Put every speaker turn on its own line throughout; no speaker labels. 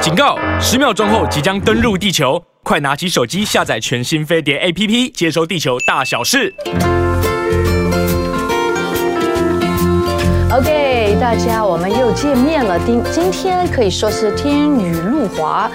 警告！十秒钟后即将登陆地球，快拿起手机下载全新飞碟 APP，接收地球大小事。
OK，大家我们又见面了，今今天可以说是天雨路滑。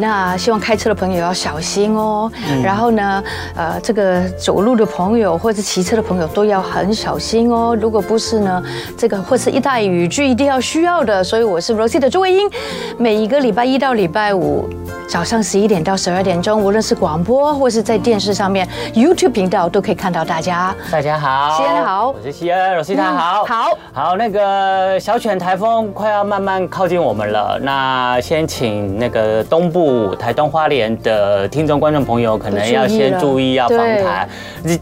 那希望开车的朋友要小心哦。然后呢，呃，这个走路的朋友或者骑车的朋友都要很小心哦。如果不是呢，这个或是一带语句一定要需要的。所以我是 Rosie 的朱慧英，每一个礼拜一到礼拜五早上十一点到十二点钟，无论是广播或是在电视上面 YouTube 频道都可以看到大家。
大家好，
西恩好
我是西恩，罗西塔好，
嗯好，
好，那个小犬台风快要慢慢靠近我们了，那先请那个东部台东花莲的听众观众朋友，可能要先注意要防台，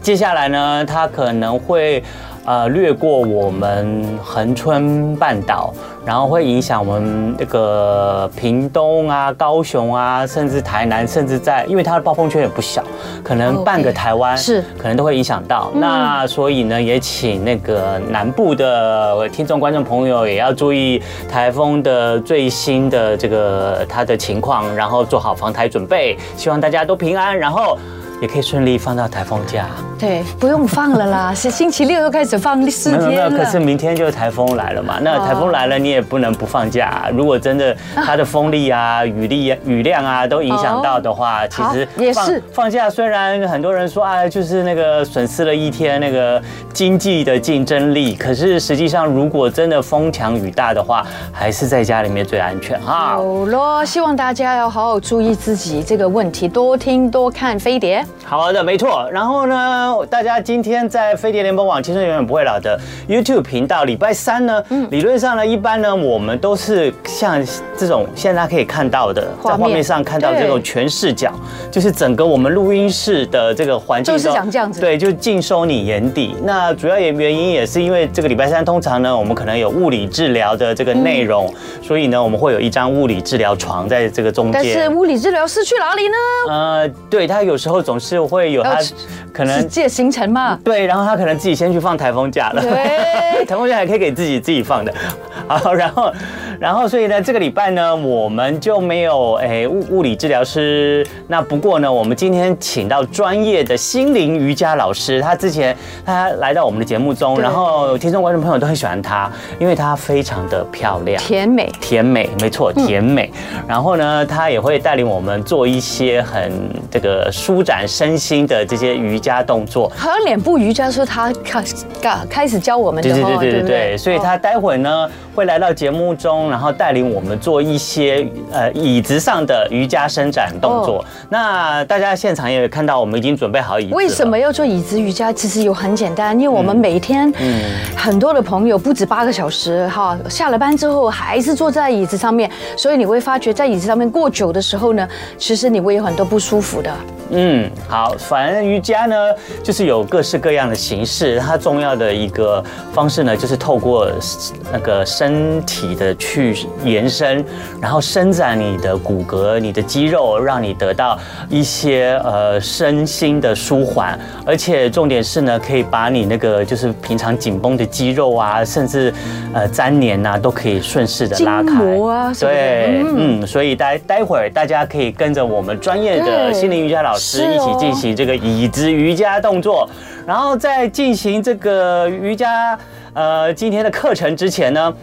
接下来呢，它可能会。呃，掠过我们恒春半岛，然后会影响我们那个屏东啊、高雄啊，甚至台南，甚至在，因为它的暴风圈也不小，可能半个
哦 OK
台湾
是
可能都会影响到。那所以呢，也请那个南部的呃听众、观众朋友也要注意台风的最新的这个它的情况，然后做好防台准备。希望大家都平安，然后也可以顺利放到台风假。
对，不用放了啦，是星期六又开始放四
没
天
有
了。哦
没有，可是明天就台风来了嘛。那台风来了，你也不能不放假、如果真的它的风力啊、雨力、啊、雨量啊都影响到的话，其实
哦好也
放
是
放假。虽然很多人说啊，就是那个损失了一天那个经济的竞争力，可是实际上如果真的风强雨大的话，还是在家里面最安全哈。
好咯，希望大家要好好注意自己这个问题，多听多看飞碟。
好的，没错。然后呢，大家今天在飞碟联播网《青春永远不会老》的 YouTube 频道，礼拜三呢，
嗯
理论上呢，一般呢，我们都是像这种现在大家可以看到的，
画
在
面
画面上看到
对
这种全视角，就是整个我们录音室的这个环境
就是
都
长这样子
对，就尽收你眼底。那主要也原因也是因为这个礼拜三通常呢，我们可能有物理治疗的这个内
嗯
容，所以呢，我们会有一张物理治疗床在这个中间。
但是物理治疗师去哪里呢？
呃，对他有时候总是会有他
要吃
可
世
能
界行程 嘛。
对，然后他可能自己先去放台风假了。
对
台风假还可以给自己自己放的。 好，然后，然后，所以呢，这个礼拜呢，我们就没有诶物物理治疗师。那不过呢，我们今天请到专业的心灵瑜伽老师，他之前他来到我们的节目中，
对
然后听众观众朋友都很喜欢他，因为他非常的漂亮。
甜美，
甜美，没错，
嗯
甜美。然后呢，他也会带领我们做一些很这个舒展身心的这些瑜伽动作。
和脸部瑜伽是他开开开始教我们的
对
哦，
对对对对
不哦
对，所以他待会呢会来到节目中，然后带领我们做一些呃椅子上的瑜伽伸展动
哦
作。那大家现场也看到，我们已经准备好椅子了。
为什么要做椅子瑜伽？其实有很简单，因为我们每天
嗯
很多的朋友不止八个小时哈，下了班之后还是坐在椅子上面，所以你会发觉在椅子上面过久的时候呢，其实你会有很多不舒服的。
嗯，好，反正瑜伽呢，就是有各式各样的形式。它重要的一个方式呢，就是透过呃那个身体的去延伸，然后伸展你的骨骼、你的肌肉，让你得到一些呃身心的舒缓。而且重点是呢，可以把你那个就是平常紧绷的肌肉啊，甚至呃粘连啊，都可以顺势的拉开。
筋膜啊什么的
对，嗯，所以待待会儿大家可以跟着我们专业的
对
心灵瑜伽老
是哦
师。师一起进行这个椅子瑜伽动作，然后在进行这个瑜伽呃今天的课程之前呢。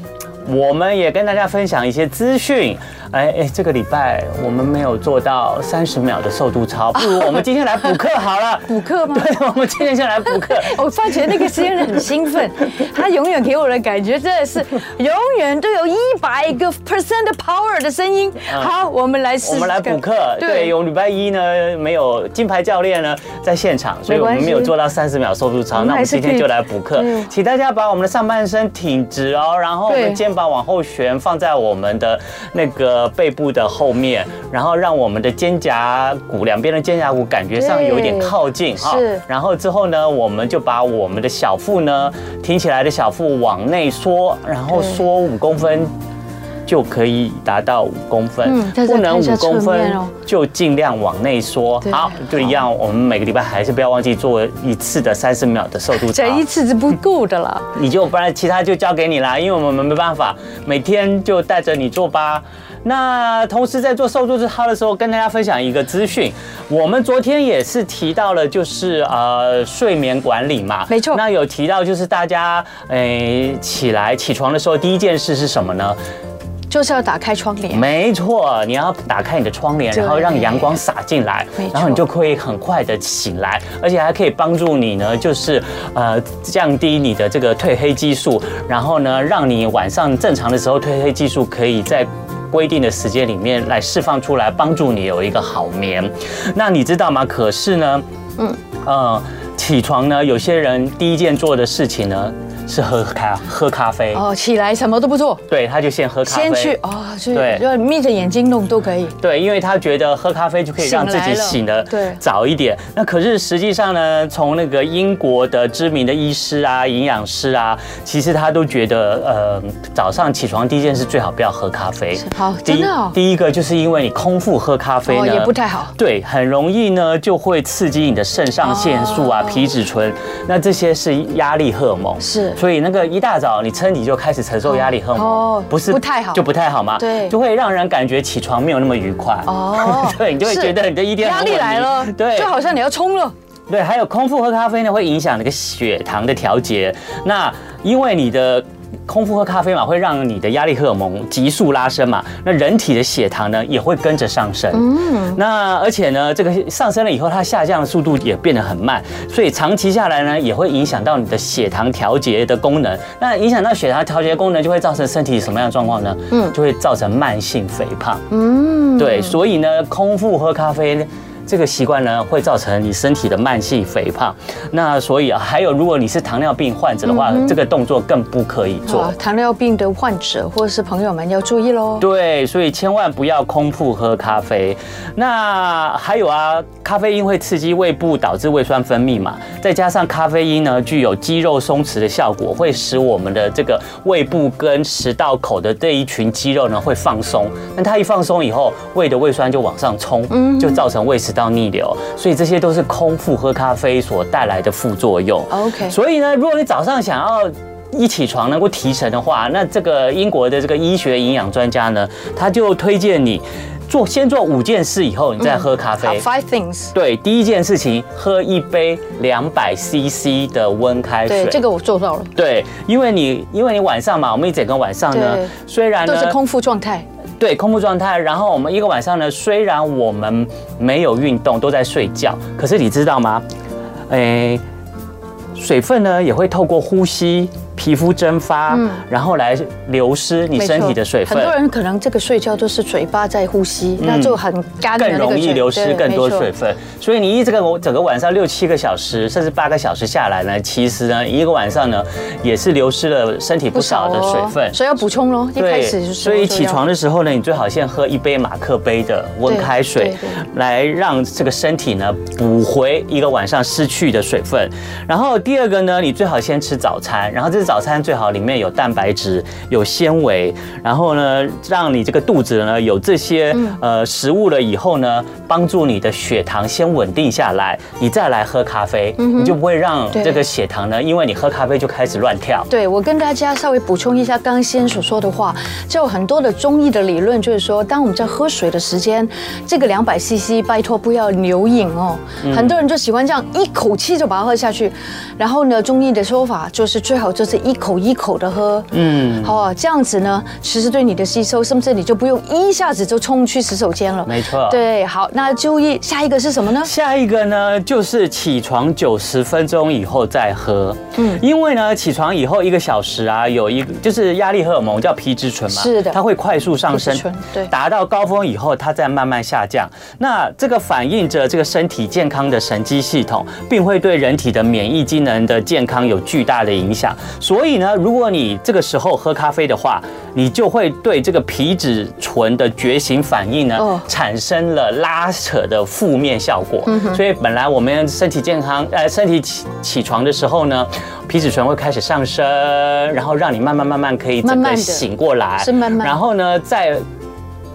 我们也跟大家分享一些资讯，哎哎，这个礼拜我们没有做到三十秒的瘦肚操，不如我们今天来补课好了。
补课吗？
对，我们今天先来补课。
我发觉那个实验人很兴奋，他永远给我的感觉真的是永远都有一百个 percent 的 power 的声音。好，我们来试试
啊我
看，
们来补课，对，
对，
我们礼拜一呢没有金牌教练呢在现场，所以我
没关
们
系
没有做到三十秒收腹
我
操，
们
那我
还
们
是
今
可
天
以
就来补课
嗯，
请大家把我们的上半身挺直哦，然后我
对
们肩膀往后旋，放在我们的那个背部的后面，然后让我们的肩胛骨两边的肩胛骨感觉上
对
有一点靠近哈
是
然后之后呢，我们就把我们的小腹呢挺起来的小腹往内缩，然后
对
缩五公分。就可以达到五公分，
嗯但是
不能
看一下
五公
侧
分
面哦
就尽量往内缩
对。
好，就一样，我们每个礼拜还是不要忘记做一次的三十秒的瘦肚操
这。一次是不够的啦。
你就不然其他就交给你啦，因为我们没办法每天就带着你做吧。那同时在做受助之操的时候，跟大家分享一个资讯，我们昨天也是提到了，就是呃睡眠管理嘛，
没错
那有提到就是大家诶、起来起床的时候，第一件事是什么呢？
就是要打开窗帘。
没错，你要打开你的窗帘，
对
然后让阳光洒进来
没，错
然后你就可以很快的醒来，而且还可以帮助你呢，就是呃降低你的这个褪黑激素，然后呢，让你晚上正常的时候褪黑激素可以在。规定的时间里面来释放出来，帮助你有一个好眠。那你知道吗？可是呢，嗯呃，起床呢，有些人第一件做的事情呢是喝咖喝咖啡，
哦，起来什么都不做，
对，他就先喝咖啡，
先去哦，去
对
就眯着眼睛弄都可以。
对，因为他觉得喝咖啡就可以让自己醒得
醒来了对
早一点。那可是实际上呢，从那个英国的知名的医师啊、营养师啊，其实他都觉得，呃，早上起床第一件事最好不要喝咖啡。
好，
第
真
一
的哦，
第一个就是因为你空腹喝咖啡
哦
呢，
也不太好。
对，很容易呢就会刺激你的肾上腺素啊、
哦
皮质醇，那这些是压力荷尔蒙。
是
所以那个一大早你身体就开始承受压力荷尔蒙，
哦不太好
就不太好嘛。
对
就会让人感觉起床没有那么愉快。
哦
对，你就会
是
觉得你的一天
压
很
力
萎靡
来了，
对，
就好像你要冲了，
对，还有空腹喝咖啡呢，会影响那个血糖的调节。那因为你的空腹喝咖啡嘛，会让你的压力荷尔蒙急速拉升嘛，那人体的血糖呢也会跟着上升。嗯，那而且呢，这个上升了以后，它下降的速度也变得很慢，所以长期下来呢，也会影响到你的血糖调节的功能。那影响到血糖调节功能，就会造成身体什么样的状况呢？嗯，就会造成慢性肥胖。
嗯，
对，所以呢，空腹喝咖啡这个习惯呢，会造成你身体的慢性肥胖。那所以啊，还有，如果你是糖尿病患者的话，这个动作更不可以做
啊。糖尿病的患者或者是朋友们要注意喽。
对，所以千万不要空腹喝咖啡。那还有啊，咖啡因会刺激胃部，导致胃酸分泌嘛。再加上咖啡因呢，具有肌肉松弛的效果，会使我们的这个胃部跟食道口的这一群肌肉呢会放松。那它一放松以后，胃的胃酸就往上冲，就造成胃食道逆流。所以这些都是空腹喝咖啡所带来的副作用。
OK
所以呢，如果你早上想要一起床能够提神的话，那这个英国的这个医学营养专家呢，他就推荐你做先做五件事，以后你再喝咖
嗯好
啡。
，Five things，
对，第一件事情，喝一杯两百 CC 的温开水。
对，这个我做到了，
对，因为你因为你晚上嘛，我们一整个晚上呢
对，
虽然
都
呢
是空腹状态，
对空腹状态，然后我们一个晚上呢，虽然我们没有运动，都在睡觉，可是你知道吗？诶，水分呢也会透过呼吸、皮肤蒸发，
嗯
然后来流失你
没
身
错
体的水分嗯
很。多人可能这个睡觉都是嘴巴在呼吸，那就很干的
更
那个
容易
嘴
流失
对
更多
没错
水分，所以你一整个整个晚上六七个小时，甚至八个小时下来呢，其实呢一个晚上呢也是流失了身体不少的水分，
所以要补充咯。一开
对，
始就是
所以起床的时候呢，你最好先喝一杯马克杯的温开
对
水
对，
来让这个身体呢补回一个晚上失去的水分。然后第二个呢，你最好先吃早餐，然后这早餐最好里面有蛋白质、有纤维，然后呢，让你这个肚子呢有这些
嗯
呃食物了以后呢，帮助你的血糖先稳定下来，你再来喝咖啡，
嗯
你就不会让
对
这个血糖呢，因为你喝咖啡就开始乱跳。
对，我跟大家稍微补充一下刚刚先所说的话，就有很多的中医的理论，就是说，当我们在喝水的时间，这个两百 CC 拜托不要牛饮哦。
嗯
很多人就喜欢这样一口气就把它喝下去，然后呢，中医的说法就是最好就是一口一口的喝，嗯，哦，这样子呢，其实对你的吸收，甚至你就不用一下子就冲去洗手间了。
没错
对，好，那注意下一个是什么呢？
下一个呢，就是起床九十分钟以后再喝。嗯，因为呢，起床以后一个小时啊，有一个就是压力荷尔蒙叫皮质醇嘛，
是的
它会快速上升
皮质醇，对
达到高峰以后，它再慢慢下降。那这个反映着这个身体健康的神经系统，并会对人体的免疫机能的健康有巨大的影响。所以呢，如果你这个时候喝咖啡的话，你就会对这个皮质醇的觉醒反应呢，
哦嗯
产生了拉扯的负面效果。所以本来我们身体健康，呃，身体起起床的时候呢，皮质醇会开始上升，然后让你慢慢慢慢可以整
慢慢
个
地
醒过来，
是慢慢
然后呢，再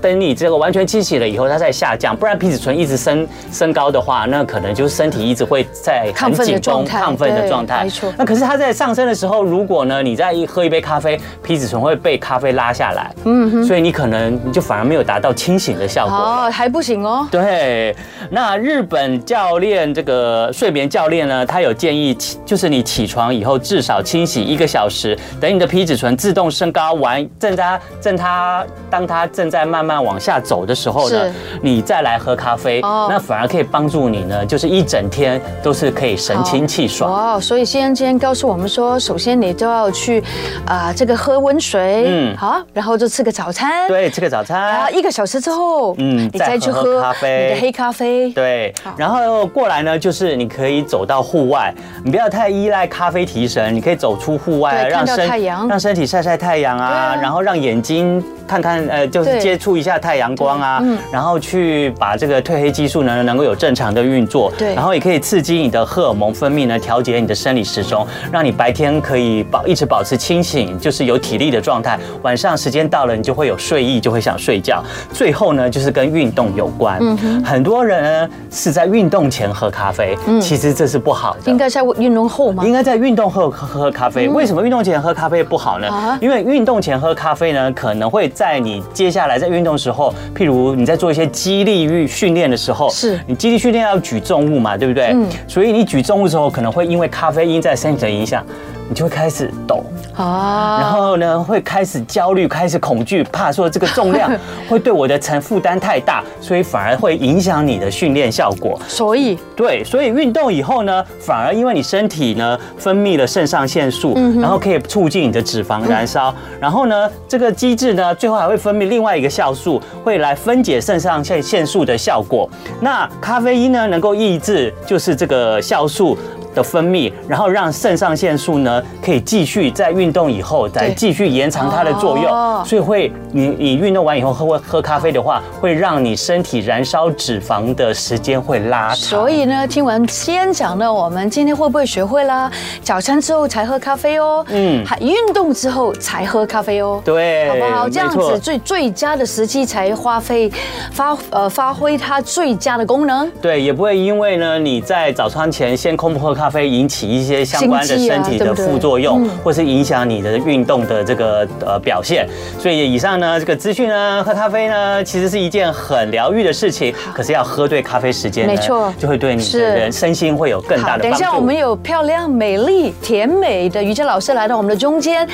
等你这个完全清洗了以后，它再下降，不然皮质醇一直升升高的话，那可能就是身体一直会在很
亢奋的
紧绷、
状态
亢奋的状态。
对没错
那可是它在上升的时候，如果呢你再一喝一杯咖啡，皮质醇会被咖啡拉下来，嗯，所以你可能你就反而没有达到清醒的效果。
哦，还不行哦。
对，那日本教练这个睡眠教练呢，他有建议起，就是你起床以后至少清洗一个小时，等你的皮质醇自动升高完，正它正它当它正在慢慢往下走的时候呢
是，
你再来喝咖啡，
哦
那反而可以帮助你呢，就是一整天都是可以神清气爽。
哇、所以先今天告诉我们说，首先你就要去，啊、这个喝温水，
嗯
嗯，好，然后就吃个早餐，，
对，吃个早餐，
然后一个小时之后，
嗯
嗯，你再去
再喝喝
喝
咖啡
你的黑咖啡，
对
好，
然后过来呢，就是你可以走到户外，你不要太依赖咖啡提神，你可以走出户外，啊
对看到太阳
让身体晒晒太阳啊，
对啊
然后让眼睛看看呃，就是
对嗯
接触一下太阳光啊，然后去把这个褪黑激素呢能够有正常的运作，
对
然后也可以刺激你的荷尔蒙分泌呢，调节你的生理时钟，让你白天可以保一直保持清醒，就是有体力的状态，晚上时间到了你就会有睡意，就会想睡觉。最后呢，就是跟运动有关，很多人呢是在运动前喝咖啡，其实这是不好的
应。该在运动后吗
应？该在运动后喝喝咖啡。为什么运动前喝咖啡不好呢
嗯啊？
因为运动前喝咖啡呢，可能会在你接下来在运动时候，譬如你在做一些肌力运训练的时候，
是
你肌力训练要举重物嘛，对不对？
嗯
所以你举重物的时候，可能会因为咖啡因在身体的影响，你就会开始抖，
啊，
然后呢，会开始焦虑，开始恐惧，怕说这个重 量会对我的承负担太大，所以反而会影响你的训练效果。
所以
对，所以运动以后呢，反而因为你身体呢分泌了肾上腺素，
嗯
然后可以促进你的脂肪燃烧，然后呢，这个机制呢，最后还会分泌另外一个酵素，会来分解肾上腺腺素的效果。那咖啡因呢，能够抑制就是这个酵素。的分泌，然后让肾上腺素呢可以继续在运动以后再
对
继续延长它的作用，
哦
所以会，你你运动完以后喝喝咖啡的话，会让你身体燃烧脂肪的时间会拉长。
所以呢，听完先讲呢，我们今天会不会学会啦？早餐之后才喝咖啡哦，
嗯
嗯，还运动之后才喝咖啡哦，
对，
好不好？这样
没错
子最最佳的时机才花费发呃发挥它最佳的功能。
对，也不会因为呢你在早餐前先空腹喝咖啡，引起一些相关的
心悸啊
身体的
对不对
副作用，
嗯
或是影响你的运动的这个呃表现。所以以上呢这个资讯呢，喝咖啡呢其实是一件很疗愈的事情，可是要喝对咖啡时间呢，
没错
就会对你的
是
人身心会有更大
好，
的
等
帮
一
助。
下我们有漂亮、美丽、甜美的瑜伽老师来到我们的中间，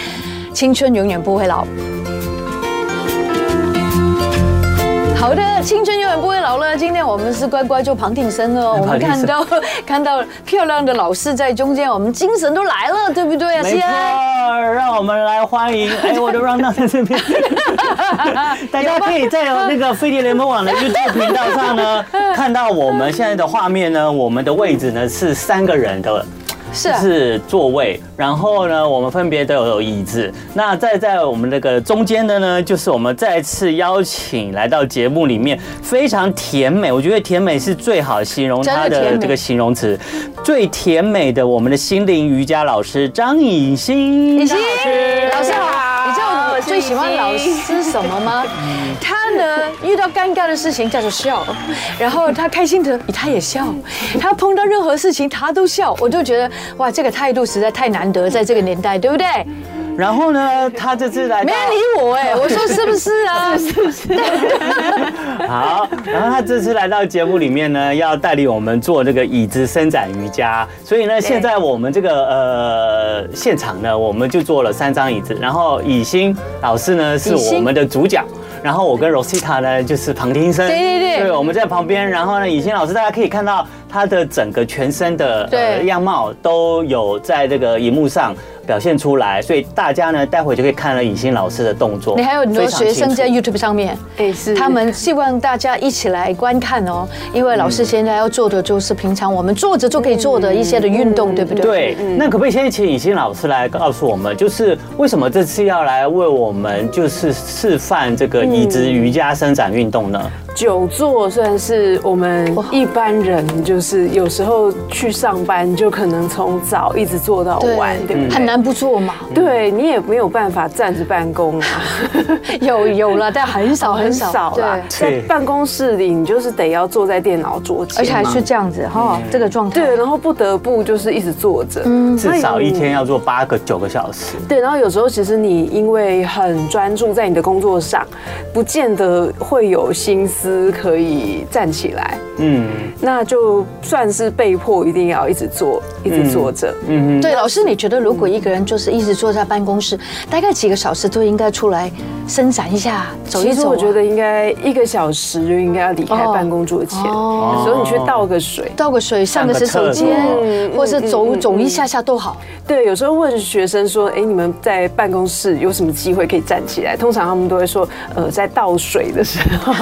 青春永远不会老。好的，青春永远不会老了。今天我们是乖乖就旁听生哦，我
哎旁
们
听
看
生
到 看到漂亮的老师在中间，我们精神都来了，对不对啊？
没
CI
错，让我们来欢迎，哎，我的 round 在这边，大家可以在那个飞碟联盟网的 YouTube 频道上呢，看到我们现在的画面呢，我们的位置呢是三个人的。
是啊
是座位，然后呢，我们分别都有椅子。那再在我们那个中间的呢，就是我们再次邀请来到节目里面非常甜美，我觉得甜美是最好形容
真的
它
甜
的
美
这个形容词，最甜美的我们的心灵瑜伽老师张颖欣，
以欣
老师
老师好，你知道我最喜欢老师什么吗？他呢遇到尴尬的事情他就笑，然后他开心的他也笑，他碰到任何事情他都笑，我就觉得哇，这个态度实在太难得，在这个年代，对不对？
然后呢，他这次来
没
到
人理我哎，我说是不是啊？是不是？
好，然后他这次来到节目里面呢，要带领我们做这个椅子伸展瑜伽。所以呢，现在我们这个呃现场呢，我们就做了三张椅子，然后以欣老师呢是
以欣
我们的主角。然后我跟 Rosita 呢，就是旁听生，
对对对
对，我们在旁边。然后呢，以欣老师，大家可以看到她的整个全身的呃
对
样貌都有在这个荧幕上表现出来，所以大家呢，待会就可以看了以欣老师的动作。
你还有很多
非常清
学生
楚
在 YouTube 上面，
哎是
他们希望大家一起来观看哦，因为老师现在要做的就是平常我们坐着就可以做的一些的运动，对不对？
嗯对，
嗯
那可不可以先请尹欣老师来告诉我们，就是为什么这次要来为我们就是示范这个椅子瑜伽伸展运动呢？
久坐算是我们一般人，就是有时候去上班就可能从早一直坐到晚，对不对？
很难不坐嘛。
对你也没有办法站着办公啊。
有有了，但 很少很少
啦。在办公室里，你就是得要坐在电脑桌前，
而且还是这样子哈，这个状态。
对，然后不得不就是一直坐着，
嗯
哎
至少一天要做八个九个小时。
对，然后有时候其实你因为很专注在你的工作上，不见得会有心思。可以站起来，嗯，那就算是被迫一定要一直坐，一直坐着，
嗯嗯。对，老师，你觉得如果一个人就是一直坐在办公室，大概几个小时都应该出来伸展一下，走一走、啊？其
实我觉得应该一个小时就应该要离开办公桌前，有时候你去倒个水，
倒个水，上个洗手间，或者走走一下下都好。
对，有时候问学生说，哎，你们在办公室有什么机会可以站起来？通常他们都会说，呃，在倒水的时候。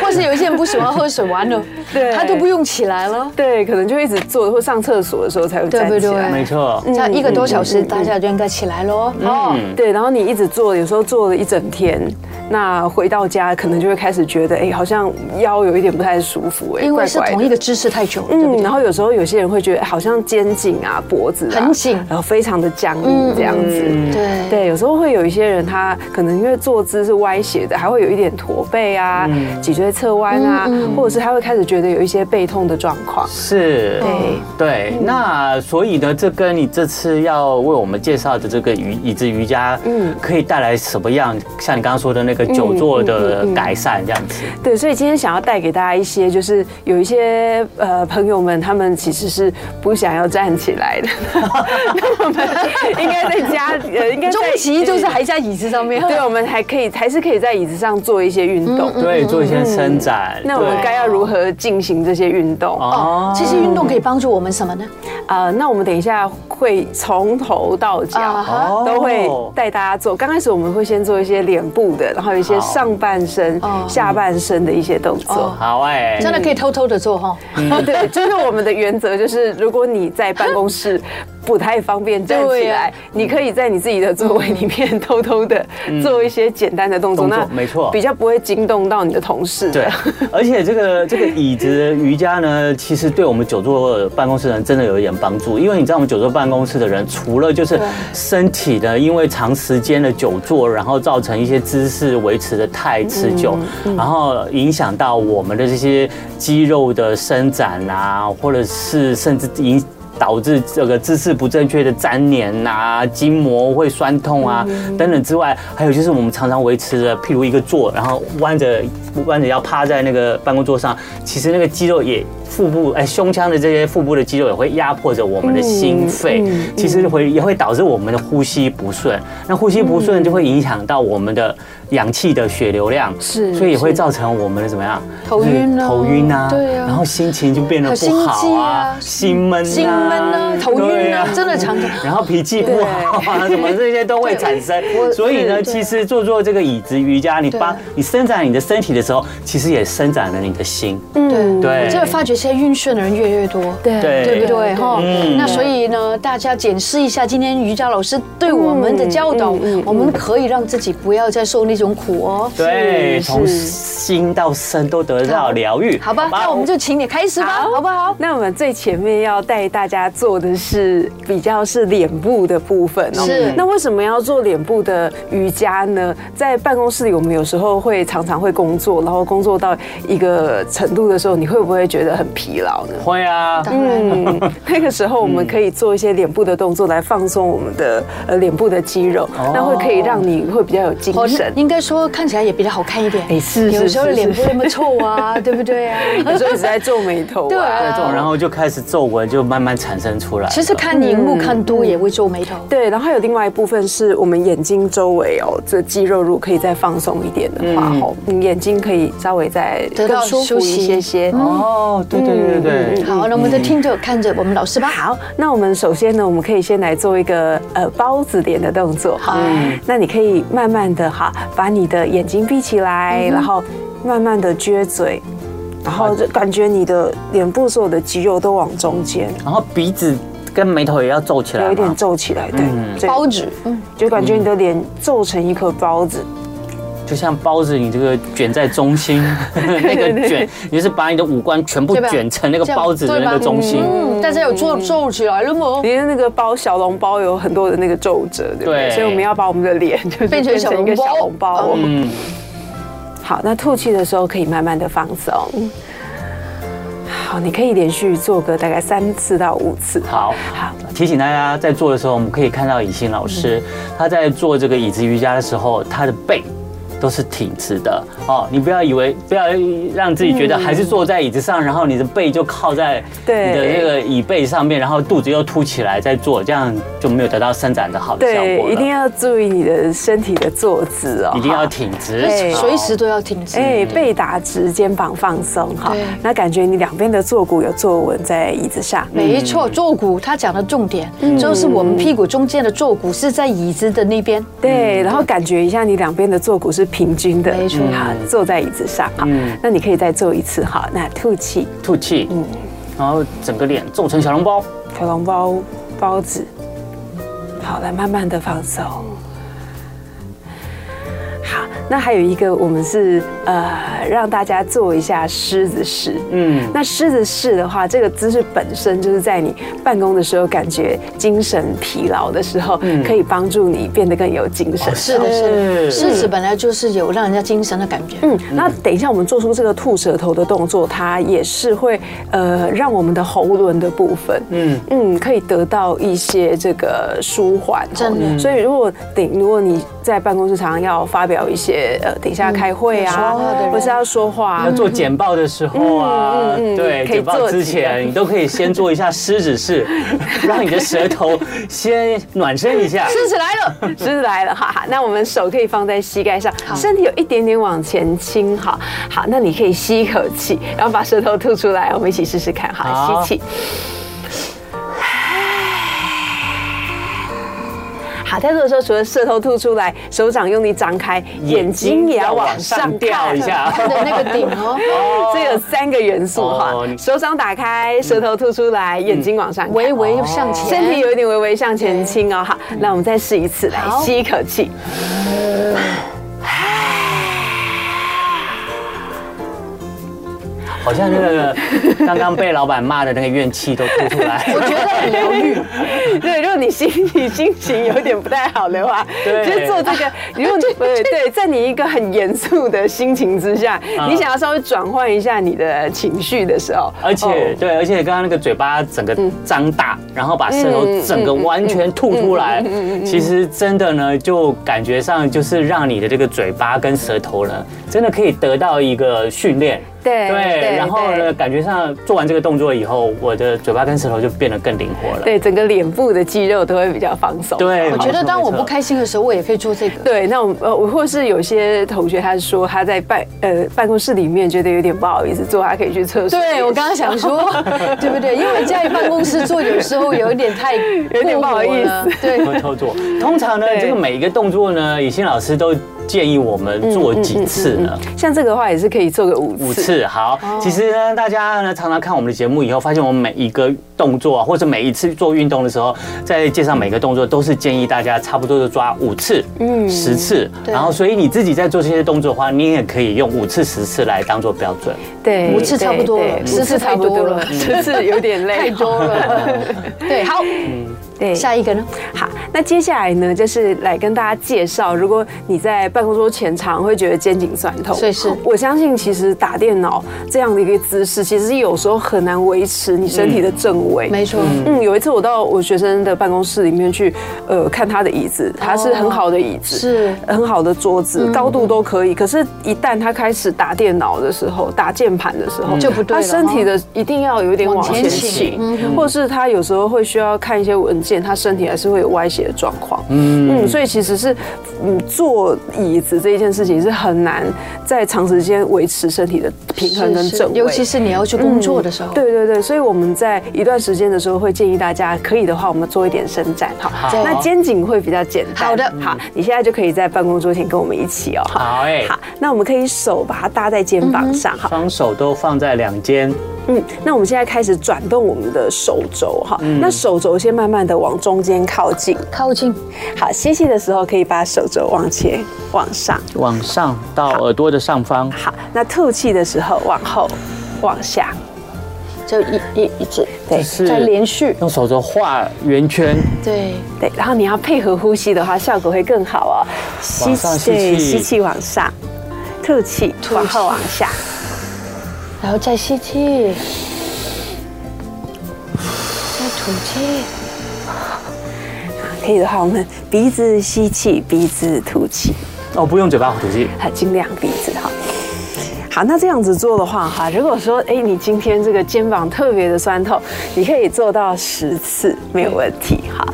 或是有一些人不喜欢喝水，完 了，
对，
他都不用起来了，
对，可能就一直坐，或上厕所的时候才会站起来，
没错，
那一个多小时大家就应该起来喽，
哦，
嗯
对，然后你一直坐，有时候坐了一整天，那回到家可能就会开始觉得，哎，好像腰有一点不太舒服，哎，
因为是同一个姿势太久了，嗯，
然后有时候有些人会觉得好像肩颈啊、脖子
很紧，嗯
然后非常的僵硬这样子，
对，
对，有时候会有一些人他可能因为坐姿是歪斜的，还会有一点驼背啊。
嗯
脊椎侧弯啊，或者是他会开始觉得有一些背痛的状况。
是，
对嗯
对。那所以呢，这跟你这次要为我们介绍的这个瑜椅子瑜伽，嗯，可以带来什么样？像你刚刚说的那个久坐的改善这样子。
对，所以今天想要带给大家一些，就是有一些呃朋友们，他们其实是不想要站起来的， 那我们应该在家呃，应该
终极就是还在椅子上面。 嗯
对，我们还可以还是可以在椅子上做一些运动。
对。做一些伸展，
嗯那我们该要如何进行这些运动？
哦，这些运动可以帮助我们什么呢？
啊，那我们等一下会从头到
啊
哦
脚都会带大家做。刚开始我们会先做一些脸部的，然后一些上半身、
哦
下半身的一些动作。
好哎，
真的可以偷偷的做哈。
嗯对，就是我们的原则就是，如果你在办公室。不太方便站起来，你可以在你自己的座位里面偷偷的做一些简单的动作，
那没错，
比较不会惊动到你的同事。
对，而且这个这个椅子瑜伽呢，其实对我们久坐办公室人真的有一点帮助，因为你知道我们久坐办公室的人，除了就是身体呢，因为长时间的久坐，然后造成一些姿势维持的太持久，然后影响到我们的这些肌肉的伸展啊，或者是甚至影。导致这个姿势不正确的粘连啊，筋膜会酸痛啊，
嗯
等等之外，还有就是我们常常维持着，譬如一个坐，然后弯着弯着腰趴在那个办公桌上，其实那个肌肉也腹部哎胸腔的这些腹部的肌肉也会压迫着我们的心肺，
嗯
其实会也会导致我们的呼吸不顺，那呼吸不顺就会影响到我们的。氧气的血流量
是，
所以也会造成我们的怎么样？
头晕啊，
头晕啊，
对啊，
然后心情就变得不好
嗯
啊，心闷、
心闷啊，头晕啊，真的常常。
然后脾气不好啊， 什么这些都会产生。所以
啊
呢，其实做做这个椅子瑜伽，你帮你伸展你的身体的时候，其实也伸展了你的心。
嗯，
对，
这发觉现在晕眩的人越来越多，
对
对嗯不对哈？
嗯
那所以呢，大家检视一下今天瑜伽老师对我们的教导，我们可以让自己不要再受那。种苦哦，
对，从心到身都得到疗愈，
好吧？那我们就请你开始吧，好不好？
那我们最前面要带大家做的是比较是脸部的部分哦。
是。
那为什么要做脸部的瑜伽呢？在办公室里，我们有时候会常常会工作，然后工作到一个程度的时候，你会不会觉得很疲劳呢？
会啊，
嗯，那个时候我们可以做一些脸部的动作来放松我们的呃脸部的肌肉，那会可以让你会比较有精 神。
应该说看起来也比较好看一点，
哎是，
有时候脸不那么臭 啊，对不对啊？
有时候一直在皱眉头，啊
对，
然后就开始皱纹就慢慢产生出来。
其实看
嗯
荧幕看多也会皱眉头。
对，然后还有另外一部分是我们眼睛周围哦，这肌肉如果可以再放松一点的话，哦，眼睛可以稍微再
更
舒服一些些。
嗯
哦，对对对嗯对对。
好，那我们就听着看着我们老师吧。
嗯好，那我们首先呢，我们可以先来做一个呃包子脸的动作。嗯
好，
那你可以慢慢的哈。把你的眼睛闭起来，然后慢慢的撅嘴，然后就感觉你的脸部所有的肌肉都往中间，
然后鼻子跟眉头也要皱起来，
有一点皱起来，对，
包子，
就感觉你的脸皱成一颗包子。
就像包子，你这个卷在中 心，那个卷，你是把你的五官全部
对吧
卷成那个
这样
包子的
对吧
那个中心。
嗯，大家有皱皱起来了吗？哎
你的那个包小笼包有很多的那个皱褶，对不对？
对
所以我们要把我们的脸就是
变成小笼包
一个小笼包。
嗯，
好，那吐气的时候可以慢慢的放松。好，你可以连续做个大概三次到五次。
好，
好，
提醒大家在做的时候，我们可以看到以欣老师，
嗯
他在做这个椅子瑜伽的时候，他的背。都是挺直的哦，你不要以为不要让自己觉得还是坐在椅子上，然后你的背就靠在你
对
的这个椅背上面，然后肚子又凸起来在做，这样就没有得到伸展的好的效
对
果，了。
一定要注意你的身体的坐姿哦，
一定要
好
挺直
哎，
随时都要挺直。
哎，背打直，肩膀放松哈
对。
那感觉你两边的坐骨有坐稳在椅子上。
嗯
没错，坐骨他讲的重点就是我们屁股中间的坐骨是在椅子的那边。
对，然后感觉一下你两边的坐骨是平均的，
嗯没错嗯
好，坐在椅子上哈。那你可以再做一次哈。那吐气，
吐气，
嗯
然后整个脸皱成小笼包，
小笼包包子，好，来慢慢的放松。好，那还有一个，我们是呃让大家做一下狮子式。
嗯，
那狮子式的话，这个姿势本身就是在你办公的时候感觉精神疲劳的时候，可以帮助你变得更有精神。
嗯哦是的，是的，
嗯
哎狮子本来就是有让人家精神的感觉。
嗯，那等一下我们做出这个吐舌头的动作，它也是会呃让我们的喉轮的部分，嗯嗯，可以得到一些这个舒缓。
真的
哦所以如果等如果你在办公室常常要发表一些呃，等一下开会
嗯
啊
有说话的，人
或是要说话啊
要，做简报的时候啊，
嗯嗯嗯
对，
可以
简报
做
之前你都可以先做一下狮子 式，让你的舌头先暖身一下。
狮子来了，
狮子来了，哈哈。那我们手可以放在膝盖上，身体有一点点往前倾，哈。好，那你可以吸一口气，然后把舌头吐出来，我们一起试试看，好，
好
吸气。好，在做的时候，除了舌头吐出来，手掌用力张开，眼睛也要往上
掉
看
一。
嗯
下。
看着那个顶哦，
这有三个元素哈
哦，
手掌打开，舌头吐出来，眼睛往上看，
微微向前，
哦身体有一点微微向前倾哦。好，那我们再试一次，来
好
吸一口气。
好像那个刚刚被老板骂的那个怨气都吐出 来。
我觉得很疗愈。
对，如果你心你心情有点不太好的话，
对
就做这个。如果你对对，在你一个很严肃的心情之下，
啊
你想要稍微转换一下你的情绪的时候，
而且、
哦嗯
对，而且刚刚那个嘴巴整个张大，然后把舌头整个完全吐出
嗯
来，其实真的呢，就感觉上就是让你的这个嘴巴跟舌头呢，真的可以得到一个训练。
对对
对，然后
对
呢，感觉上做完这个动作以后，我的嘴巴跟舌头就变得更灵活了。
对整个脸部的肌肉都会比较放松。
对，
我觉得当我不
哎没错，
开心的时候，我也可以做这个。
对，那我们呃，我或是有些同学他说他在办呃办公室里面觉得有点不好意思做，他可以去厕所。
对，我刚刚想说，对不对？因为在办公室做，有时候有一点太有
点不好意思
对，
会操作。通常呢，
对
这个每一个动作呢，以欣老师都建议我们
嗯
做几次呢？
像这个的话也是可以做个五次。哦
五次好，其实呢，大家呢常常看我们的节目以后，发现我们每一个动作啊，或者每一次做运动的时候，在介绍每个动作都是建议大家差不多就抓五次、嗯十次，
对
然后所以你自己在做这些动作的话，你也可以用五次、十次来当做标准。
对，
五次差不多了
对对
十次太多了
五次差不多十次有点累。
太多了。 对，好，
嗯对，
下一个呢？
好，那接下来呢，就是来跟大家介绍，如果你在办公桌前常会觉得肩颈酸痛，
所以是
我相信其实打电脑这样的一个姿势，其实有时候很难维持你身体的正位。
没错，
嗯，有一次我到我学生的办公室里面去，呃，看他的椅子，他是很好的椅子，
是
很好的桌子，
嗯
高度都可以。可是，一旦他开始打电脑的时候，打键盘的时候，
嗯就不对
他
了
身体的一定要有一点往前
往前倾嗯
倾，或是他有时候会需要看一些文件，他身体还是会有歪斜的状况。嗯，所以其实是，嗯，坐椅子这一件事情是很难在长时间维持身体的平衡跟
是是
正位，
尤其是你要去工作的时候，
嗯对对对，所以我们在一段时间的时候会建议大家，可以的话我们做一点伸展，好，
好
那肩颈会比较简单。
好的
好，你现在就可以在办公桌前跟我们一起哦。
好哎
好，那我们可以手把它搭在肩膀
嗯
上，好，
双手都放在两肩，
嗯
嗯，那我们现在开始转动我们的手肘哈，那手肘先慢慢的往中间靠近。
靠近，
好，吸气的时候可以把手肘往前往上。
往上到耳朵的上方，
好，那吐气的时候往后往下。
就一一一直
对
是
在连续，
用手肘画圆圈，
对，
对，然后你要配合呼吸的话，效果会更好哦。
往上吸
对
气
吸气往上，吐气
吐
往后
气
往下。
然后再吸气，再吐气，
可以的话，我们鼻子吸气，鼻子吐气，
哦，不用嘴巴吐气，
啊，尽量鼻子哈。好，那这样子做的话，哈，如果说，哎、你今天这个肩膀特别的酸痛，你可以做到十次没有问题，哈。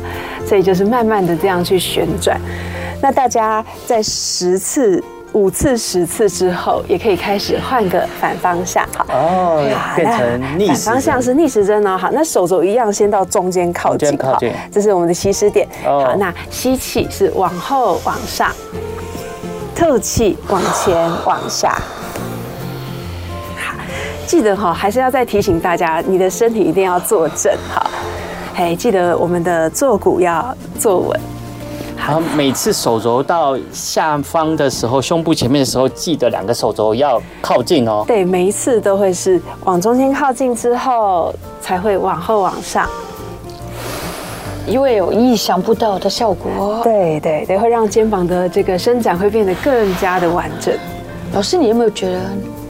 所以就是慢慢的这样去旋转。那大家在十次、五次、十次之后，也可以开始换个反方向，哈。
哦
好，
变
哎那
成逆时
反方向
针
是逆时针哦。好，那手肘一样，先到中间靠近，
中间靠近
好这是我们的吸湿点。
哦
好，那吸气是往后往上，透气往前往下。好，记得哈、还是要再提醒大家，你的身体一定要坐正哈。哎，记得我们的坐骨要坐稳。
然后每次手肘到下方的时候，胸部前面的时候，记得两个手肘要靠近哦。
对，每一次都会是往中间靠近之后，才会往后往上。
因为有意想不到的效果。
对对对，会让肩膀的这个伸展会变得更加的完整。
老师，你有没有觉得，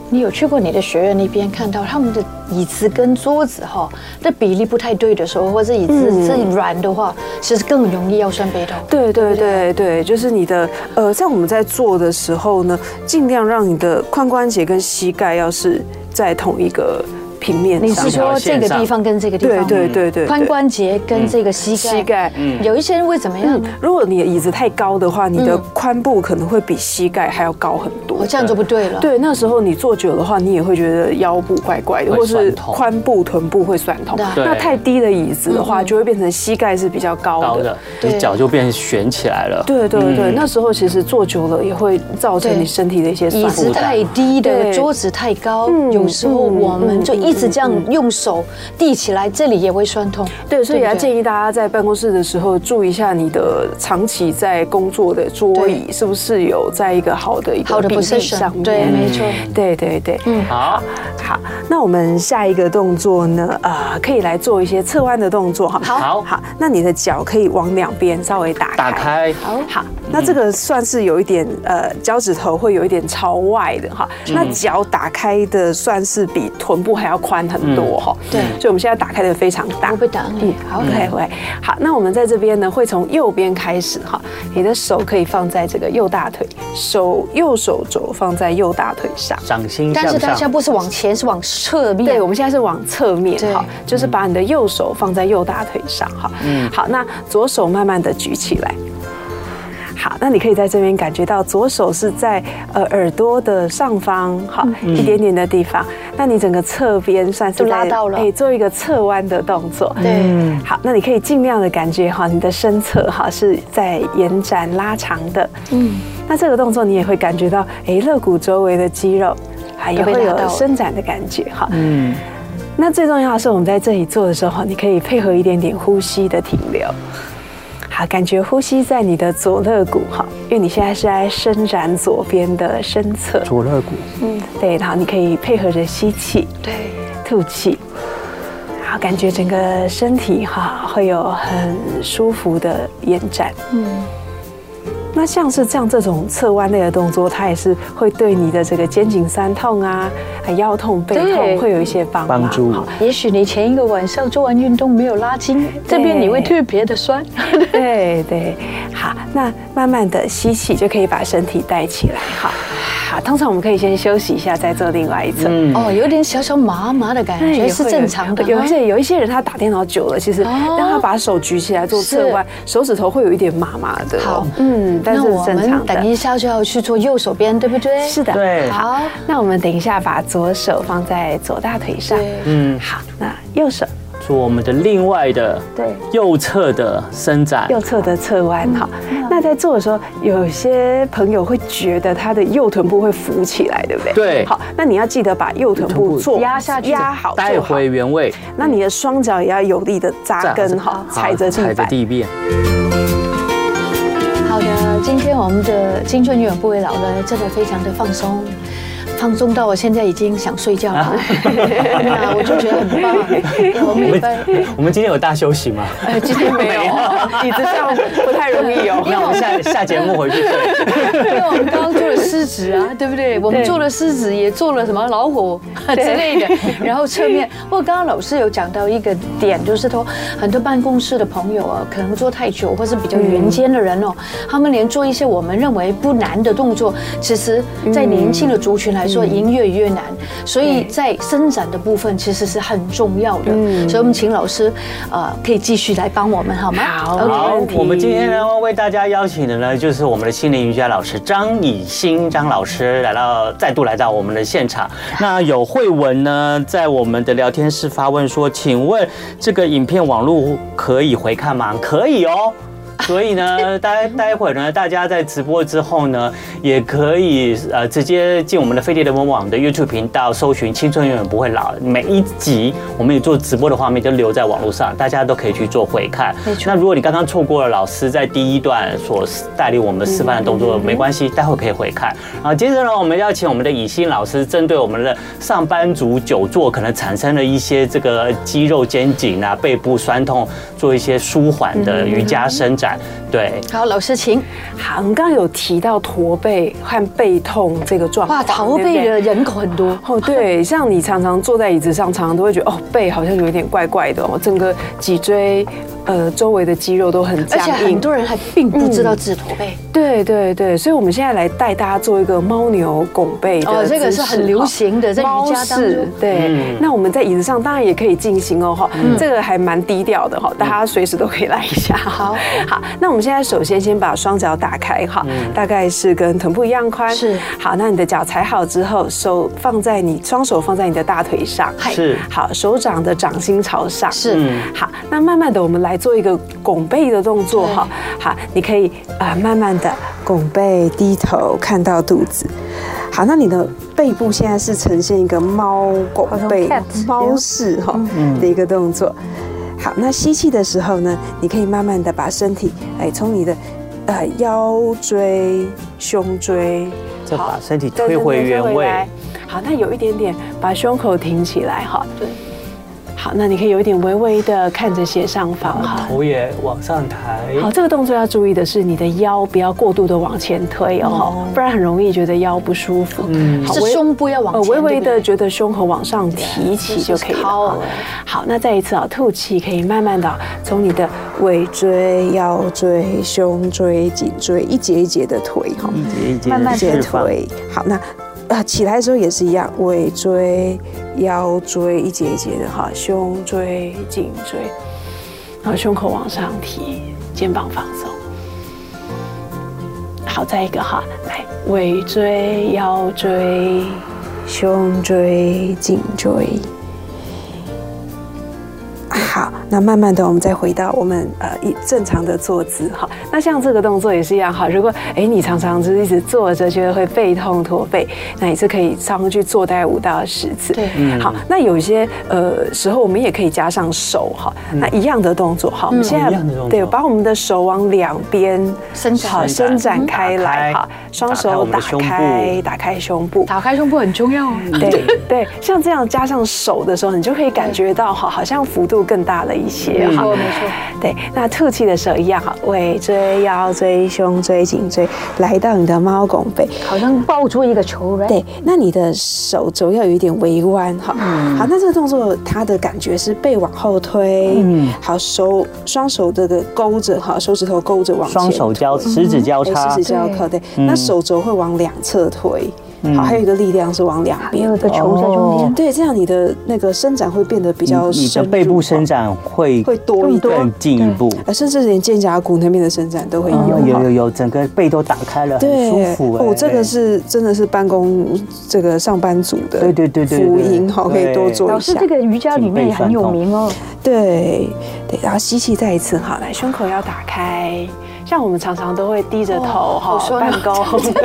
你有去过你的学院那边看到他们的椅子跟桌子哈的比例不太对的时候，或者椅
嗯
子是软的话，其实更容易腰酸背痛。
对对对对，就是你的呃，在我们在做的时候呢，尽量让你的髋关节跟膝盖要是在同一个平面
你
上
是。说这个地方跟这个地方
对
吗？
对对对，
髋关节跟这个膝盖，
嗯膝盖
有一些人会怎么样？
如果你的椅子太高的话，你的髋部可能会比膝盖还要高很多
我。哦这样就不对了。
对，那时候你坐久的话，你也会觉得腰部怪怪的，
会
或是
酸痛
髋部、臀部会酸痛
对。
那太低的椅子的话，
嗯
就会变成膝盖是比较
高的，
对
你脚就变旋起来了。
对对对，
嗯
那时候其实坐久了也会造成
对
你身体的一些酸
椅子
痛。
太低的，
对
桌子太高，
嗯
有时候我们
嗯
就一直这样用手递起来，这里也会酸痛。
对，所以也要
议
建议大家在办公室的时候注意一下你的长期在工作的桌椅是不是有在一个好的一
好
个
的
比例
position
上面。
对，没错。
对对对，嗯，
好，
好，那我们下一个动作呢，呃，可以来做一些侧弯的动作哈。
好
好，那你的脚可以往两边稍微打开。
打开，
好，嗯
好，哦那这个算是有一点呃，脚趾头会有一点朝外的哈。
嗯
那脚打开的算是比臀部还要宽很多哈。
嗯对
所以我们现在打开的非常大
我。被打
嗯
了。好，嗯
OK，会好。那我们在这边呢，会从右边开始哈。你的手可以放在这个右大腿，手右手肘放在右大腿上。
掌心
但是大
向
家
上，
不是往前，是往侧面。
对，我们现在是往侧面
对嗯
哈，就是把你的右手放在右大腿上哈。好，那左手慢慢的举起来。好，那你可以在这边感觉到左手是在呃耳朵的上方，好一点点的地方。那你整个侧边算
嗯
是
就拉
在
到了
哎，做一个侧弯的动作。
对嗯
好，那你可以尽量的感觉哈，你的身侧哈是在延展拉长的。嗯，那这个动作你也会感觉到，哎，肋骨周围的肌肉还也
都被
会
拉到
有
了
伸展的感觉哈。嗯。那最重要的是，我们在这里做的时候，你可以配合一点点呼吸的停留。好，感觉呼吸在你的左肋骨哈，因为你现在是在伸展左边的身侧。嗯
左肋骨，
对，然后你可以配合着吸气，
对，
吐气，好，感觉整个身体哈会有很舒服的延展。嗯，那像是像这种侧弯类的动作，它也是会对你的这个肩颈酸痛啊、啊腰痛、背
对
痛会有一些帮忙
帮助
哈
也许你前一个晚上做完运动没有拉筋，这边你会特别的酸。
嗯对对，好，那慢慢的吸气就可以把身体带起来，好。好，通常我们可以先休息一下，再做另外一侧。
嗯，
哦，有点小小麻麻的感
对
觉
哎也
是
会
正
有
常的。
有一些有一些人他打电脑久了，其实
哦
让他把手举起来做侧弯，手指头会有一点麻麻的哦。
好
嗯，但
那
是
我
正
们
常
等
的。
一下就要去做右手边，对不对？
是的，
对
好，
那我们等一下把左手放在左大腿上，
对，
嗯，
好，那右手
说我们的另外的
对
右侧的伸展，
右侧的侧弯哈。那在做的时候，有些朋友会觉得他的右臀部会浮起来，对不对？
对
好，那你要记得把右臀部做嗯
压下去
压好，
带
做好
回原位，
那你的双脚也要有力的扎根哈，踩着
踩着
地板。
地面。
好的，今天我们的青春永远不会老了，真的非常的放松，放松到我现在已经想睡觉
啊
了， 那我就觉得很棒。 我
我
们一般
们我们今天有大休 息吗？
呃今天没有，
哦椅子上不太容易哦 有。
那我们下下节目回去睡。
因为我们刚刚做了狮子啊，对不对？我们做了狮子，也做了什么老虎之类的。然后侧面，不过刚刚老师有讲到一个点，就是说很多办公室的朋友啊，可能做太久或是比较圆肩的人哦，他们连做一些我们认为不难的动作，其实在年轻的族群来说，已经越来越难。所以在伸展的部分其实是很重要的。所以我们请老师，呃，可以继续来帮我们好吗？
好
OK
没
好
问，题
我们今天呢为大家邀请的呢就是我们的心灵瑜伽老师张以欣张老师来到再度来到我们的现场。那有慧文呢在我们的聊天室发问说，请问这个影片网络可以回看吗？可以哦。 所以呢，待待会儿呢，大家在直播之后呢，也可以呃直接进我们的飞碟联盟网的 YouTube 频道，搜寻“青春永远不会老”。每一集我们也做直播的画面就留在网络上，大家都可以去做回看。那如果你刚刚错过了老师在第一段所带领我们示范的动作，没关系，待会儿可以回看。然后接着呢，我们邀请我们的以欣老师，针对我们的上班族久坐可能产生了一些这个肌肉肩颈啊、背部酸痛，做一些舒缓的瑜伽伸展。
嗯
对，
好，老师请。
好，我们刚刚有提到驼背和背痛这个状
哇，
况，
逃
对不对
避的人口很多。
哦，对，像你常常坐在椅子上，常常都会觉得哦，背好像有一点怪怪的哦，整个脊椎，呃，周围的肌肉都很
而
僵
且
硬
很。多人还并不知道哎自驼背，
对对对，所以我们现在来带大家做一个猫牛拱背的姿势
哦这个是很流行的在瑜伽
猫
当中
式对，
嗯
那我们在椅子上当然也可以进行哦，哈、
嗯
这个还蛮低调的哈，大家随时都可以来一下。
好，
好，那我们现在首先先把双脚打开哈，大概是跟臀部一样宽。
嗯是
好，那你的脚踩好之后，手放在你双手放在你的大腿上，
嗨
是
好，手掌的掌心朝上。
是
嗯
好，那慢慢的我们来做一个拱背的动作哈。好，你可以啊、呃慢慢的拱背，低头看到肚子。好，那你的背部现在是呈现一个猫拱背
好像 cat 嗯
猫式哈的一个动作。好，那吸气的时候呢，你可以慢慢的把身体，哎，从你的呃腰椎、胸椎，
再把身体
对
推回原。
对对推回
位。
来好，那有一点点把胸口挺起来哈。
对。
好，那你可以有一点微微的看着斜上方哈。
头也往上抬，
嗯
好，这个动作要注意的是，你的腰不要过度的往前推哦，不然很容易觉得腰不舒服。嗯，
嗯
好，
是
微
胸部要往
呃
前，
微微
对
的觉得胸口往上提起就可以了
好
哈。好，那再一次啊，吐气，可以慢慢的从你的尾椎、腰椎、胸椎、颈椎一节一节的推哈。
一节一节
慢慢解
释放。
腿。好，那呃起来的时候也是一样，尾椎、腰椎一节一节的哈，胸椎、颈椎，然后胸口往上提，肩膀放松。好，再一个哈，来尾椎、腰椎、胸椎、颈椎。好，那慢慢的，我们再回到我们呃一正常的坐姿哈。那像这个动作也是一样哈。如果哎你常常就是一直坐着，觉得会背痛驼背，那也是可以上去做大概五到十次。
对
好，那有一些呃时候我们也可以加上手哈，那一样的动作哈。我们现
嗯一样的动
在
作
对，把我们的手往两边
伸展
好伸展
嗯
开来哈，双手
打
打
开我们的胸
开，打开胸部，
打开胸部很重要哦。
对对，像这样加上手的时候，你就可以感觉到哈，好像幅度更大了一些
没
哈。
嗯
错没错，
对，那吐气的时候一样哈，尾椎、腰椎、胸椎、颈椎来到你的猫拱背。
好像抱住一个球，right？
对，那你的手肘要有一点微弯哈。
嗯
好，那这个动作它的感觉是背往后推，
嗯
好手双手这个勾着哈，手指头勾着往前
双手交
推嗯
十指交
哎
叉嗯
十指交扣对，那手肘会往两侧推。好，还有一个力量是往两边，
啊
有一个球在中间。
对，这样你的那个伸展会变得比较
你
深
的
入
背部伸展会
会多一点，
更进一步。
呃甚至连肩胛骨那边的伸展都会有。
哦有有有，整个背都打开了，很舒
对，
服。
哦
哎，
这个是真的是办公这个上班族的
对对对对对
福音哦哈，可以多
对
做
老
一
师，
下
这。个瑜伽里面也很有名哦。
对对，然后吸气再一次哈，来胸
胸口要打开。像我们常常都会低着头
哦好
哈、
酸
办
啊
公，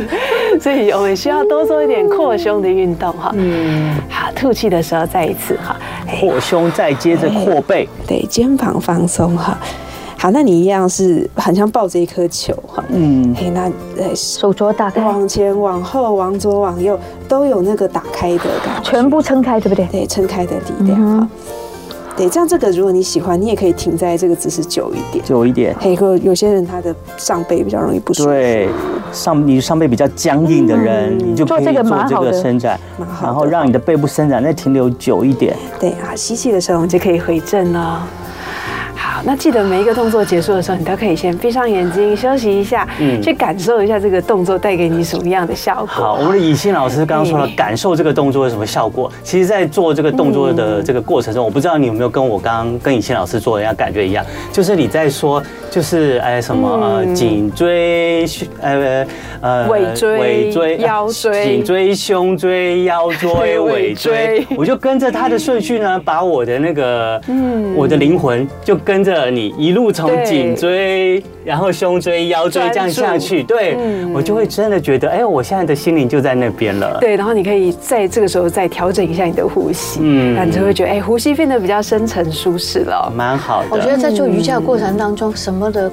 所以我们需要多做一点扩胸的运动哈。嗯，好，吐气的时候再一次哈，哎
扩胸，再接着扩背，
对，肩膀放松哈。好，那你一样是很像抱着一颗球哈。
嗯，
嘿，那呃，
手镯打开，
往前、往后、往左、往右都有那个打开的感觉，
全部撑开，对不对？
对撑开的力量哈。对，这样这个如果你喜欢，你也可以停在这个姿势久一点。
久一点。
嘿，有有些人他的上背比较容易不舒服，
对，上你上背比较僵硬的人，你就
嗯做
可以
这个
做
蛮
这
好
个
的
伸展，
蛮好的
然后让你的背部伸展再停留久一点。
对啊，吸气的时候我们就
就可以回正了。好，那记得每一个动作结束的时候，你都可以先闭上眼睛休息一下，
嗯
去感受一下这个动作带给你什么样的效果。
好，我们的以欣老师刚刚说了
嗯，
感受这个动作有什么效果？其实，在做这个动作的这个过程中，我不知道你有没有跟我刚刚跟以欣老师做的一样感觉一样，就是你在说，就是哎什么呃
嗯
颈椎、胸呃呃
尾椎
尾椎、
腰椎
颈椎、胸椎、腰椎、尾
尾
椎
椎，
我就跟着他的顺序呢，把我的那个我的灵魂就跟着你一路从
嗯对
颈椎，然后胸椎、腰椎这样
专注
下去，对我就会真的觉得，哎，我现在的心灵就在那边了。
嗯对，然后你可以在这个时候再调整一下你的呼吸，
嗯
嗯，那你就会觉得，哎，呼吸变得比较深沉舒适了。
蛮好的。
我觉得在做瑜伽的过程当中，什么的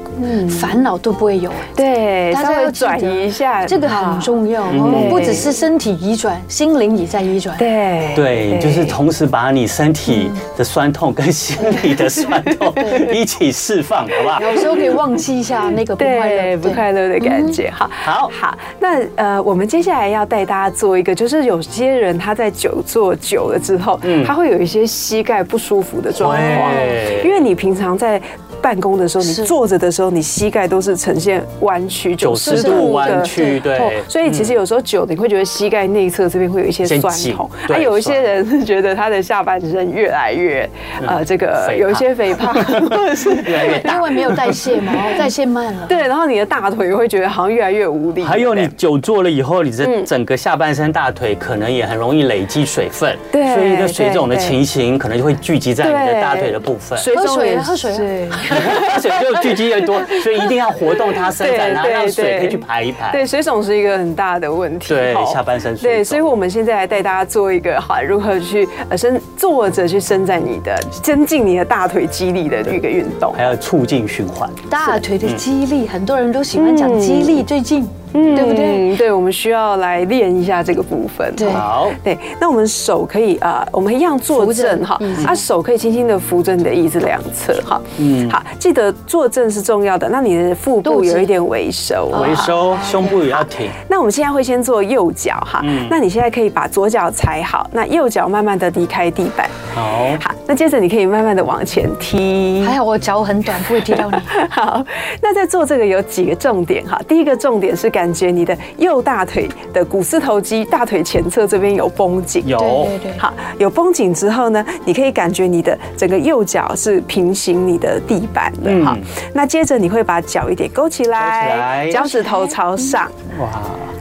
烦恼都不会有。哎
对，
大
稍
家要记
微
得
转移一下，
这个
啊
很重要哦
对，
不只是身体移转，心灵也在移转。
对
对，就是同时把你身体的酸痛跟心理的酸痛
嗯
一起释放，好不好？
有时候可以忘记一下那个不快
对
乐，嗯
不快乐的感觉。好，
好
好，那呃，我们接下来要带大家做一个，就是有些人他在久坐久了之后，
嗯
他会有一些膝盖不舒服的状况
对，
因为你平常在。办公的时候，你
是
坐着的时候，你膝盖都是呈现弯曲
90
90
度
的
弯曲对
哦所以其实有时候久，你会觉得膝盖内侧这边会有一些
先
酸
紧
痛。
对
还有一些
酸
人是觉得他的下半身越来越呃，这个
肥
有一些肥胖，或者是
越来越大
因为没有代谢嘛，哦代谢慢了。
对，然后你的大腿会觉得好像越来越无力。
还有
对
你
不对
久坐了以后，你这
嗯
整个下半身、大腿可能也很容易累积水分，
对
所以呢，水肿的
对对
情形可能就会聚集在你的大腿的部分，
水
喝
中
水啊
也
喝水啊
是
水就聚集越多，所以一定要活动它伸展，
对
然后让
对
水
对
可以去排一排。
对，水肿是一个很大的问题。
对
哦
下半身水
对，
肿
所以我们现在来带大家做一个哈，如何去呃伸坐着去伸展你的，增进你的大腿肌力的一个运动
还。要促进循环。
大腿的肌力，很多人都喜欢讲肌力，最近，对不对？
嗯？对，我们需要来练一下这个部分。
对
好，
对，那我们手可以啊、呃我们一样坐
扶着嗯
正哈
椅，
啊，手可以轻轻的扶着你的椅子两侧哈。嗯，好，记得坐正是重要的。那你的腹
肚
部
子
有一点微收，啊
嗯
回收胸部也要挺。
那我们现在会先做右脚哈，
嗯
那你现在可以把左脚踩好，那右脚慢慢的离开地板，
好，
嗯
好，那接着你可以慢慢的往前踢。
还好我脚很短，不会踢到你。
好，那在做这个有几个重点哈，第一个重点是感觉你的右大腿的股四头肌大腿前侧这边有绷紧，
有
对对对，
好，有绷紧之后呢，你可以感觉你的整个右脚是平行你的地板的哈、
嗯
那接着你会把脚一点勾起
勾起来
来，脚趾头朝上，
哇，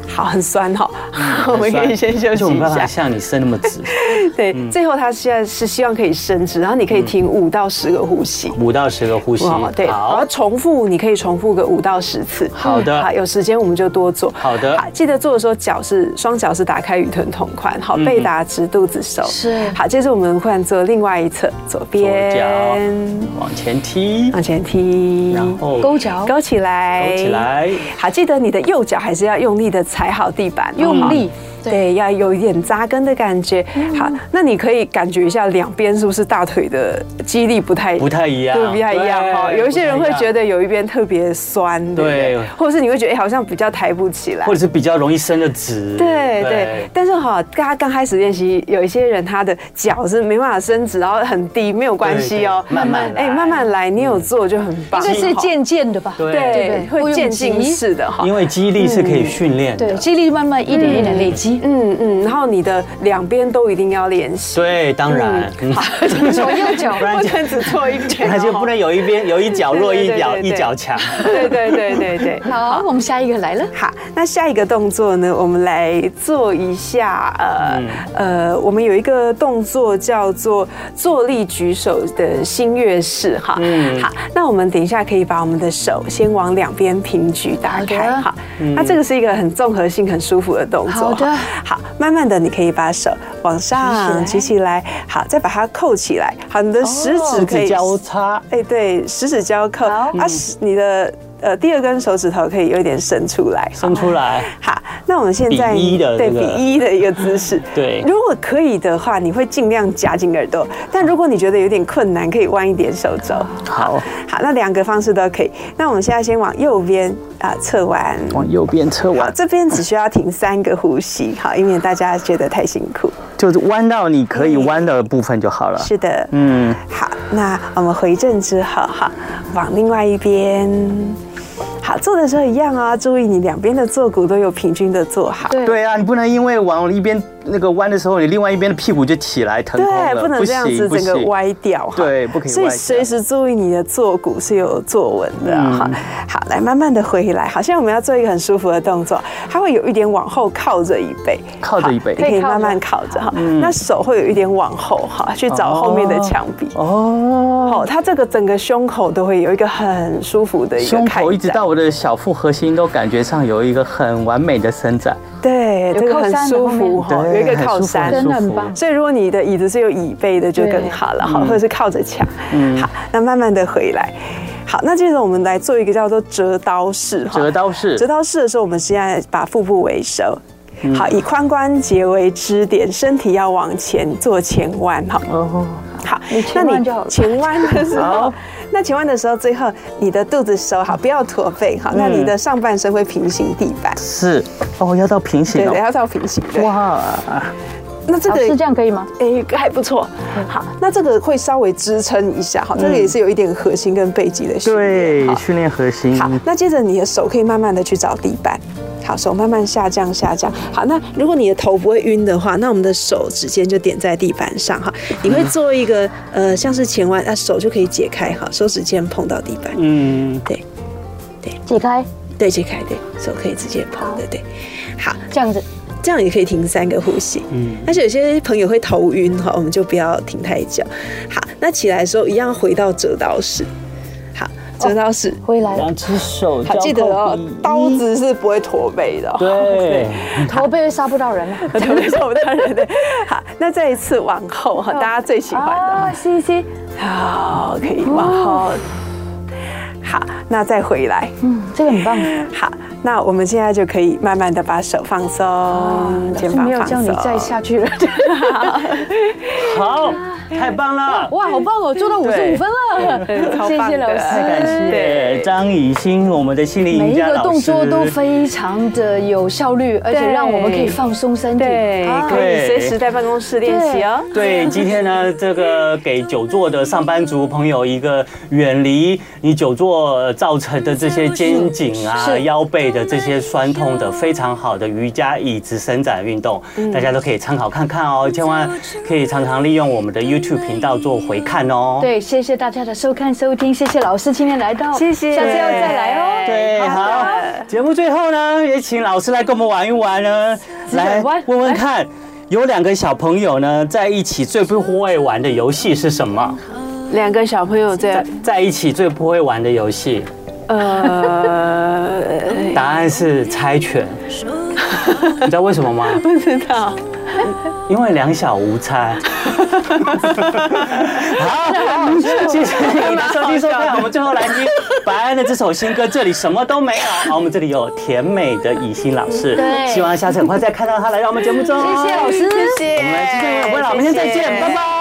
好，很酸哈、 我们可以先休
而且
息
我没
一
办法
下。
像你伸那么直，
对，
嗯
最后他现在是希望可以伸直，然后你可以停五到十个呼吸。
五到十个嗯呼吸
哇，。对，然
好
后，重复，你可以重复个五到十次。嗯
好的
好，有时间我们就多做。
好的
好，记得做的时候脚是双脚是打开与臀同宽，好，
嗯
背打直，肚子收。
是
好，接着我们换做另外一侧，左
左脚
边，
往前踢，
往前踢，
然后
勾脚，
嗯勾起来，
勾起。来，
好，记得你的右脚还是要用力的踩好地板，哦
用
好
力。对，嗯
对，要有一点扎根的感觉。好，那你可以感觉一下两边是不是大腿的肌力不太
不太一样，
对，不太一样哈。
对
有一些人会
不
觉
太一样
得有一边特别酸，对不对
对
或者是你会觉得哎、好像比较抬不起来
或。者是比较容易伸的直，
对对，但是哈，大家刚开始练习，有一些人他的脚是没办法伸直，然后很低，没有关系哦，
对对慢慢来嗯
哎，慢慢来，你有做就很棒，
这个是渐渐的吧？
对
对
对，
不对
会渐进式的哈
因。为肌力是可以训练的
对，，肌力慢慢一点一点累积习，
嗯嗯，然后你的两边都一定要练习，
对，当然，嗯
左右脚
不。然
不
就
能只做一边 哦，
那就不能有一边有一脚弱一脚
对对对对
一脚强。
哦对对对对对。
好，我们下一个来了。
好，那下一个动作呢？我们来做一下，呃、
嗯
呃，我们有一个动作叫做坐立举手的新月式哈。
嗯
好，那我们等一下可以把我们的手先往两边平举打
好
开
的嗯
哈。那这个是一个很综合性、很舒服的动作。
好的
哈好，慢慢的你可以把手往上
举
举起来，好，再把它扣起来。好，你的食
哦
指可以
交叉，
哎，对，十指交扣
好
啊，十你的呃第二根手指头可以有一点伸出来，
伸出来，
好，那我们现在
比一的
对
这
比
个。
一的一个姿势
对
如果可以的话，你会尽量夹紧耳朵，但如果你觉得有点困难，可以弯一点手肘。
好，
好，那两个方式都可以。那我们现在先往右边啊侧弯，
往右边侧
好，
弯，
这边只需要停三个呼吸，好，以免大家觉得太辛苦。
就是弯到你可以弯的部分就好了。
是的，
嗯，
好，那我们回正之后哈，往另外一边。好，做的时候一样啊、注意你两边的坐骨都有平均的坐好。
对
对啊，你不能因为往一边那个弯的时候，你另外一边的屁股就起来腾空了，
对，不能这样子
不
整
行
个。歪掉哈。
对不可以
所以
歪掉
随时注意你的坐骨是有坐稳的哈。
嗯
好，来慢慢的回来，好像我们要做一个很舒服的动作，它会有一点往后靠着椅背，
靠着椅背
好你可以慢慢靠着哈。
嗯
那手会有一点往后哈，去找后面的墙壁。
哦，
嗯
哦，它这个整个胸口都会有一个很舒服的一个
胸
开
口一直
展
到我的小腹核心都感觉上有一个很完美的伸展，
对，这个
靠
很
山的
舒
后面
服哦哈，有一个靠山，
真的很棒
所以如果你的椅子是有椅背的，就更好了哈，或者是靠着墙。
嗯
好，那慢慢的回来。好，那接着我们来做一个叫做折刀式哈。
折刀式
折刀式的时候，我们现在把腹部为收。
嗯
好，以髋关节为支点，身体要往前做前弯哈。
哦，
好
你，前弯就好了
前弯的时候，那前弯的时候，最后你的肚子收好，不要驼背
嗯
哈。那你的上半身会平行地板，
是哦，要到平行
对
哦
对，，要到平行。对，
哇，
那这
老
个
师这样可以吗？
哎、还不错。
嗯
好，那这个会稍微支撑一下哈，这个也是有一点核心跟背肌的训练。
对，
好
训练核心，
好，那接着你的手可以慢慢的去找地板。好，手慢慢下降下降。好，那如果你的头不会晕的话，那我们的手指尖就点在地板上哈。你会做一个呃，像是前弯，那、手就可以解开哈，手指尖碰到地板。
嗯，
解开
对，解开，对，手可以直接碰的，对。好，
这样子，
这样也可以停三个呼吸。嗯，但是有些朋友会头晕哈，我们就不要停太久。好，那起来的时候一样回到折刀式。好，折刀式。
回来了，
两只手
好，
交
记得
扣
哦
比一，
刀子是不会驼背的、哦。
对，
头背会杀不到人了。
对，头背是我当然的。好，那再一次往后哈，大家最喜欢的。
啊，西西，
好，可以往后。好，那再回来。
嗯，这个很棒。
好，那我们现在就可以慢慢的把手放松，啊肩膀
啊没有
放
叫
松。
你再下去了。
好，太棒了。
哇，好棒哦，做到五十五分了，
超
谢
棒
谢
的
老
太
感
师。
谢张以欣，我们的心
呃
灵
每
赢
一
家
个
老师。
动作都非常的有效率，而且让我们可以放松身体。
对，
啊
可以随时在办公室练习哦。
对，今天呢，这个给久坐的上班族朋友一个远离你久坐造成的这些肩颈啊、
是
腰背的这些酸痛的非常好的瑜伽椅子伸展运动，
嗯
大家都可以参考看看哦，千万可以常常利用我们的 YouTube 频道做回看哦。
对，谢谢大家的收看收听，谢谢老师今天来到，
谢谢
下次要再来哦。
对，好，节目最后呢，也请老师来跟我们玩一玩呢，来
玩
问问看，有两个小朋友呢在一起最不会玩的游戏是什么？
两个小朋友在
在在一起最不会玩的游戏，
呃，
答案是 猜拳。你知道为什么吗？
不知道。
因为两小无 猜。好，谢谢你的收听收看。我们最后来听白安的这首新歌，这里什么都没有。好，我们这里有甜美的以欣老师，
对
希望下次很快再看到他来到我们节目中。
谢谢老师，
谢谢，
我们今天没有问了，我们明天再见，拜拜。